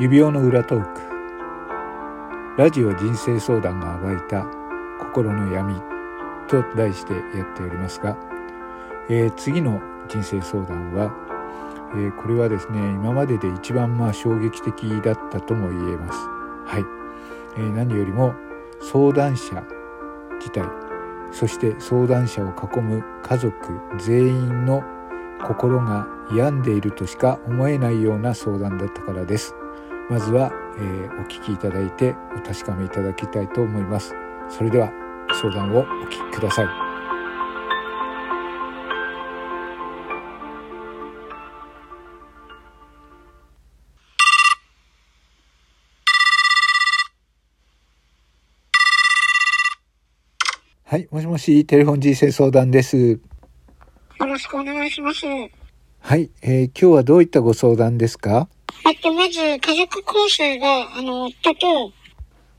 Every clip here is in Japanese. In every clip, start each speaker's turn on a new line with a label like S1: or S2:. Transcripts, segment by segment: S1: 指輪の裏トークラジオ人生相談が暴いた心の闇と題してやっておりますが、えー次の人生相談は、えーこれはですね今までで一番まあ衝撃的だったとも言えますはい、えー何よりも相談者自体そして相談者を囲む家族全員の心が病んでいるとしか思えないような相談だったからですまずは、えーお聞きいただいてお確かめいただきたいと思いますそれでは相談をお聞きくださいはいもしもしテレフォン人生相談です
S2: よろしくお願いします。え
S1: はい、えー今日はどういったご相談ですか
S2: っと、まず、家族構成が、あの、夫と、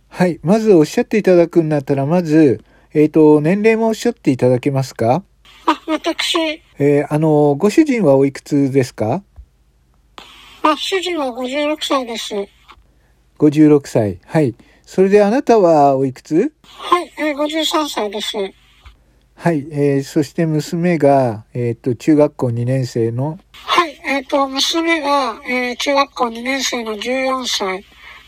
S1: はい、まずおっしゃっていただくんだったら、まず、えっ、と、年齢もおっしゃっていただけますか
S2: あ、私、
S1: えーあの、ご主人はおいくつですか
S2: あ、主人は56歳です。は
S1: ?56 歳。はい。それであなたはおいくつ
S2: い、えー53歳です。は
S1: はい、えーそして娘が、えっ、と、中学校2年生の、
S2: い、えっ、と、娘が、えー中学校2年生の14歳、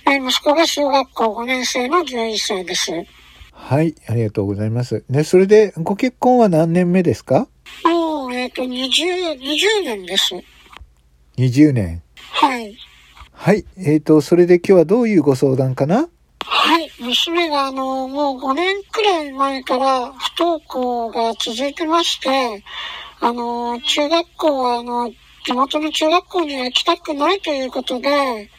S2: えー息子が小学校5年生の11歳です。
S1: はい、ありがとうございます。で、それで、ご結婚は何年目ですか
S2: もう、えっ、と、20、20年です。
S1: ?20 年。
S2: はい。
S1: はい、えっ、と、それで今日はどういうご相談かな
S2: はい、娘があの、もう5年くらい前から不登校が続いてまして、あの、中学校はあの、地元の中学校には行きたくないということで、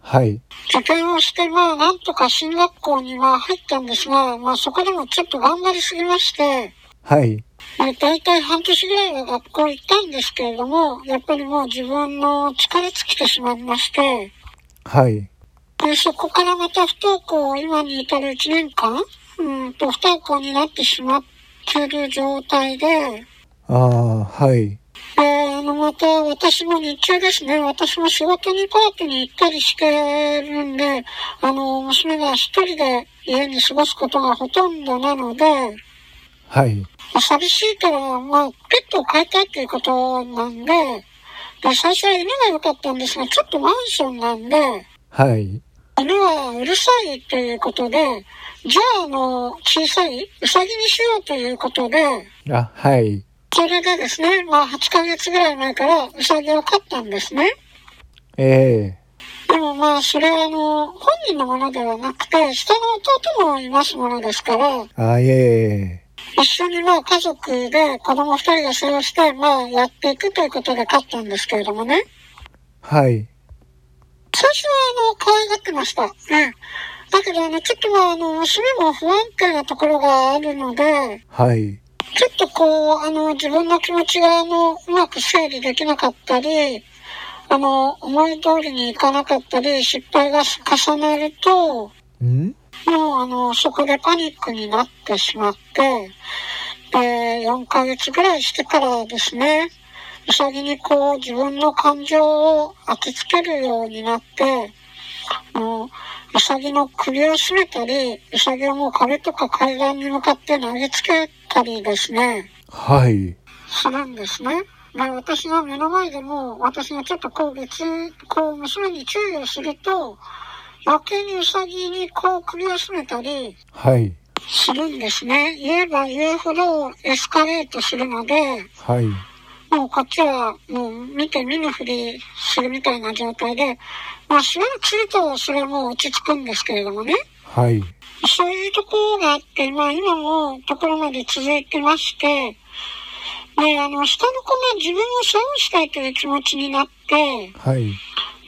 S1: はい。
S2: 受験をして、まあ、なんとか進学校には入ったんですが、まあ、そこでもちょっと頑張りすぎまして、
S1: はい。
S2: え大体半年ぐらいは学校行ったんですけれども、やっぱりもう自分の疲れ尽きてしまいまして、
S1: はい。
S2: で、そこからまた不登校を今に至る1年間、うんと、不登校になってしまってる状態で、で、
S1: ああ、はい。
S2: あの、また私も日中ですね、私も仕事にパートに行ったりしてるんで、あの、娘が一人で家に過ごすことがほとんどなので、
S1: はい。
S2: 寂しいから、まあ、ペットを飼いたいっていうことなんで、で最初は犬が良かったんですが、ちょっとマンションなんで、
S1: はい。
S2: 犬はうるさいということで、じゃあ、あの、小さいウサギにしようということで、
S1: あ、はい。
S2: それでですね、まあ8ヶ月ぐらい前からウサギを飼ったんですね。
S1: ええ
S2: でもまあ、それはあの、本人のものではなくて、下の弟もいますものですから、
S1: あ、いえいえ。
S2: 一緒にまあ家族で子供2人が世話して、まあやっていくということで飼ったんですけれどもね。
S1: はい。
S2: 最初はあの、可愛がってました。ね。だけどあの、ちょっとまああの、娘も不安定なところがあるので、
S1: はい。
S2: ちょっとこう、あの、自分の気持ちが、あの、うまく整理できなかったり、あの、思い通りにいかなかったり、失敗が重なると、
S1: ん
S2: もう、あの、そこでパニックになってしまって、で、4ヶ月ぐらいしてからですね、うさぎにこう、自分の感情を当てつけるようになって、もう、うさぎの首を絞めたり、うさぎをもう壁とか階段に向かって投げつけたりですね、
S1: はい。
S2: するんですね。で私の目の前でも、私がちょっとこう別、こう娘に注意をすると、余計にウサギにこう首を絞めたり
S1: はい。
S2: するんですね。言えば言うほどエスカレートするので、
S1: はい。
S2: もうこっちはもう見て見ぬふりするみたいな状態で、まあしばらくするとそれはもう落ち着くんですけれどもね。
S1: はい。
S2: そういうところがあって、まあ今もところまで続いてまして、で、あの、下の子が自分を世話したいという気持ちになって、
S1: はい。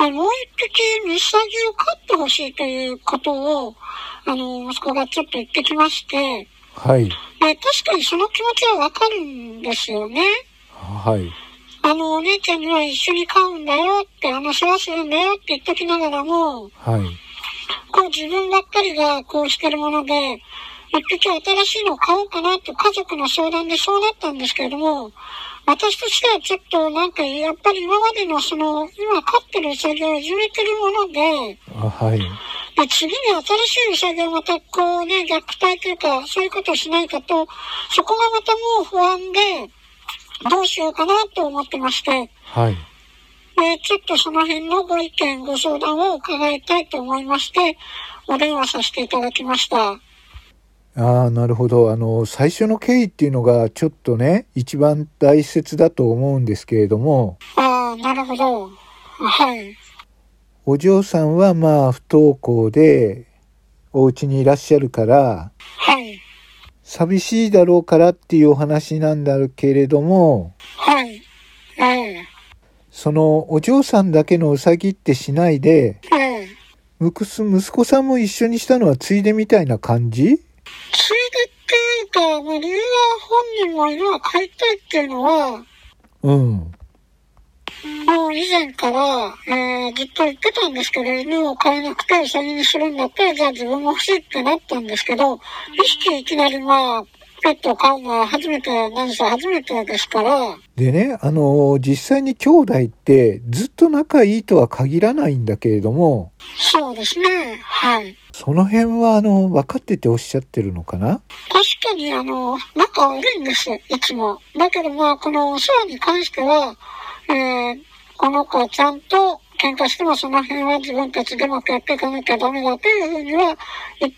S2: でもう一匹ウサギを飼ってほしいということを、あの、息子がちょっと言ってきまして、
S1: はい。
S2: で、確かにその気持ちはわかるんですよね。
S1: はい。
S2: あの、お姉ちゃんには一緒に飼うんだよって、あの、世話するんだよって言っときながらも、
S1: はい。
S2: こう自分ばっかりがこうしてるもので、一匹新しいのを買おうかなと家族の相談でそうなったんですけれども、私としてはちょっとなんか、やっぱり今までのその、今飼ってるウサギをいじめてるもので、
S1: あはい。
S2: まあ、次に新しいウサギがまたこうね、虐待というか、そういうことをしないかと、そこがまたもう不安で、どうしようかなと思ってまして、
S1: はい。
S2: えーちょっとその辺のご意見、ご相談を伺いたいと思いまして、お電話させていただきました。
S1: ああ、なるほど。あの、最初の経緯っていうのがちょっとね、一番大切だと思うんですけれども、
S2: ああ、なるほど。はい。
S1: お嬢さんはまあ不登校でお家にいらっしゃるから、
S2: はい。
S1: 寂しいだろうからっていうお話なんだけれども、
S2: はい。ええ
S1: そのお嬢さんだけのうさぎってしないで、
S2: ええ
S1: 息子息子さんも一緒にしたのはついでみたいな感じ
S2: ついでっていうか、まあ、理由は本人も犬は飼いたいっていうのは、
S1: うん。
S2: もう以前から、えーずっと言ってたんですけど、犬を飼えなくてウサギにするんだったら、じゃあ自分も欲しいってなったんですけど、一匹いきなりまあ、ペットを飼うのは初めて、何せ初めてですから、
S1: でね、あの実際に兄弟ってずっと仲いいとは限らないんだけれども、
S2: そうですね、はい。
S1: その辺は、あの、分かってておっしゃってるのかな
S2: 確かにあの、仲悪いんです、いつも。だけどまあ、このお世話に関しては、えー、この子はちゃんと喧嘩してもその辺は自分たちでうまくやっていかなきゃダメだというふうには言っ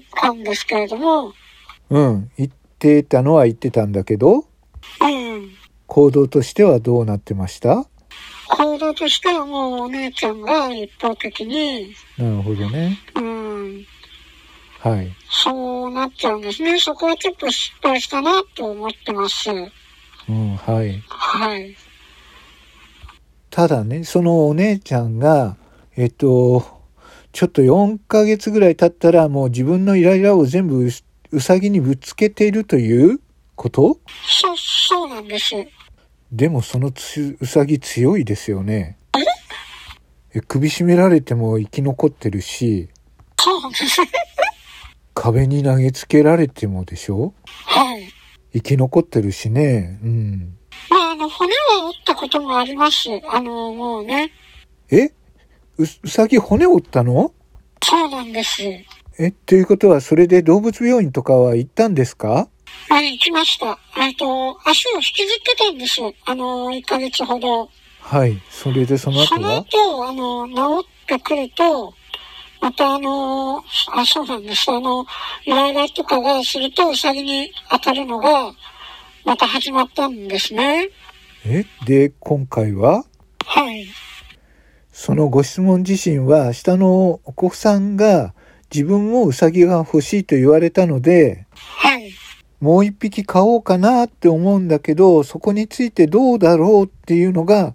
S2: てたんですけれども、
S1: うん。言ってたのは言ってたんだけど、
S2: うん。
S1: 行動としてはどうなってました
S2: 行動としてはもうお姉ちゃんが一方的に、
S1: なるほどね。
S2: うん、
S1: はい。
S2: そうなっちゃうんですね。そこはちょっと失敗したなと思ってます。
S1: うん、はい。
S2: はい。
S1: ただね、そのお姉ちゃんが、えっと、ちょっと4ヶ月ぐらい経ったらもう自分のイライラを全部ううさぎにぶつけているということ
S2: そ、そうなんです。
S1: でもそのつうさぎ強いですよね。え首絞められても生き残ってるし、
S2: そうなんです。
S1: 壁に投げつけられてもでしょ
S2: はい。
S1: 生き残ってるしね。うん。
S2: まあ、あの、骨は折ったこともあります。あの、もうね。
S1: えう、うさぎ骨折ったの
S2: そうなんです。はい、
S1: え、っていうことはそれで動物病院とかは行ったんですか
S2: 行きました。えっと、足を引きずってたんです。あの、1ヶ月ほど。
S1: はい。それでその
S2: そ
S1: 後
S2: の
S1: は
S2: 後、あの、治ってくると、またあの、あ、そうなんです。あの、イライラとかがすると、ウサギに当たるのが、また始まったんですね。
S1: えで、今回は
S2: はい。
S1: そのご質問自身は下のお子さんが自分もうさぎが欲しいと言われたので、
S2: はい。
S1: もう一匹買おうかなって思うんだけど、そこについてどうだろうっていうのが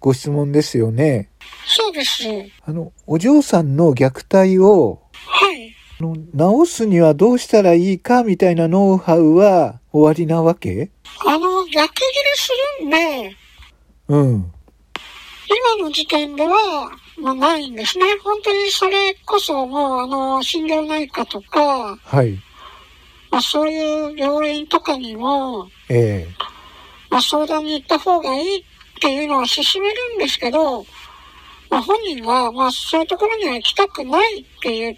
S1: ご質問ですよね。
S2: そうです。
S1: あの、お嬢さんの虐待を
S2: はい。
S1: あの直すにはどうしたらいいかみたいなノウハウは終わりなわけ
S2: あの、逆ギレするんで、
S1: うん。
S2: 今の時点では、まあ、ないんですね。本当にそれこそもう、あの、心療内科とか、
S1: はい。
S2: まあ、そういう病院とかにも、
S1: ええ
S2: まあ、相談に行った方がいいっていうのは勧めるんですけど、まあ、本人は、まあ、そういうところには行きたくないって言っ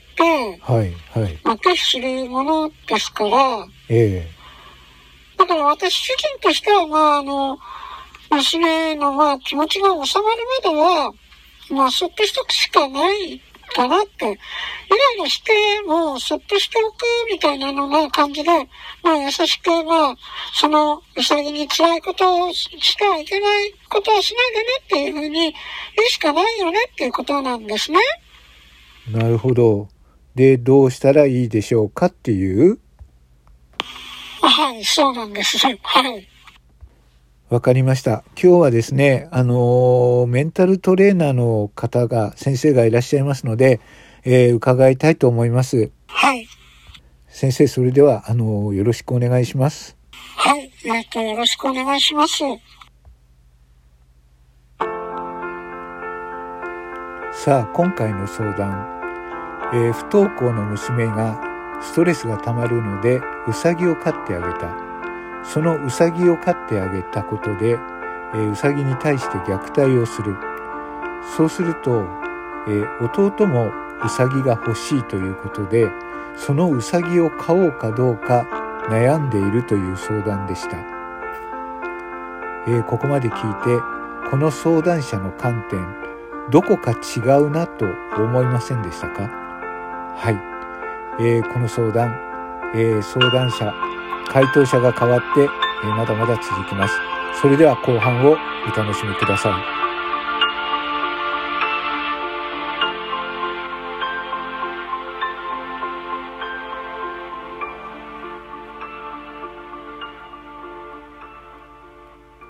S2: て、
S1: はい。はい。
S2: まあ、拒否するものですから、
S1: え
S2: だから私主人としては、まあ、あの、娘の、まあ、気持ちが収まるまでは、まあ、そっとしとくしかないかなって、イライラして、もう、そっとしておくみたいなのが感じで、まあ、優しく、まあ、その、うさぎに辛いことをししてはいけないことはしないでねっていうふうに、言うしかないよねっていうことなんですね。
S1: えなるほど。で、どうしたらいいでしょうかっていう。
S2: はい、そうなんです。はい。
S1: わかりました。今日はですね、あのーメンタルトレーナーの方が、先生がいらっしゃいますので、ええ伺いたいと思います。
S2: はい。
S1: 先生、それでは、あのーよろしくお願いします。
S2: はい。えっ、と、よろしくお願いします。
S1: さあ今回の相談、えー不登校の娘がストレスがたまるのでウサギを飼ってあげたそのウサギを飼ってあげたことで、えーウサギに対して虐待をするそうすると、えー弟もウサギが欲しいということでそのウサギを飼おうかどうか悩んでいるという相談でした、えーここまで聞いてこの相談者の観点どこか違うなと思いませんでしたかはい、えーこの相談、えー相談者回答者が変わって、えーまだまだ続きますそれでは後半をお楽しみください